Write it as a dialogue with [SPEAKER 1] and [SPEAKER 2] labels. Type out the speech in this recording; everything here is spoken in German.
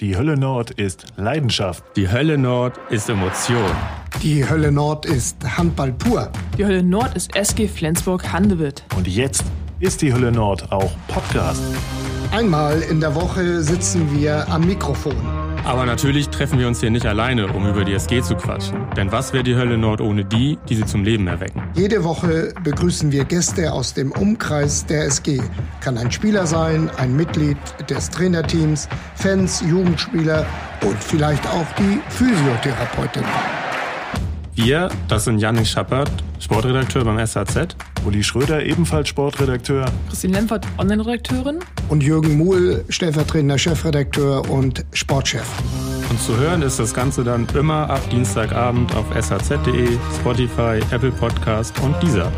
[SPEAKER 1] Die Hölle Nord ist Leidenschaft.
[SPEAKER 2] Die Hölle Nord ist Emotion.
[SPEAKER 3] Die Hölle Nord ist Handball pur.
[SPEAKER 4] Die Hölle Nord ist SG Flensburg-Handewitt.
[SPEAKER 1] Und jetzt ist die Hölle Nord auch Podcast.
[SPEAKER 3] Einmal in der Woche sitzen wir am Mikrofon.
[SPEAKER 2] Aber natürlich treffen wir uns hier nicht alleine, um über die SG zu quatschen. Denn was wäre die Hölle Nord ohne die, die sie zum Leben erwecken?
[SPEAKER 3] Jede Woche begrüßen wir Gäste aus dem Umkreis der SG. Kann ein Spieler sein, ein Mitglied des Trainerteams, Fans, Jugendspieler und vielleicht auch die Physiotherapeutin.
[SPEAKER 2] Wir, das sind Janik Schappert, Sportredakteur beim SHZ.
[SPEAKER 1] Uli Schröder, ebenfalls Sportredakteur.
[SPEAKER 4] Christine Lempert, Online-Redakteurin.
[SPEAKER 3] Und Jürgen Muhl, stellvertretender Chefredakteur und Sportchef.
[SPEAKER 2] Und zu hören ist das Ganze dann immer ab Dienstagabend auf shz.de, Spotify, Apple E, Podcast und dieser.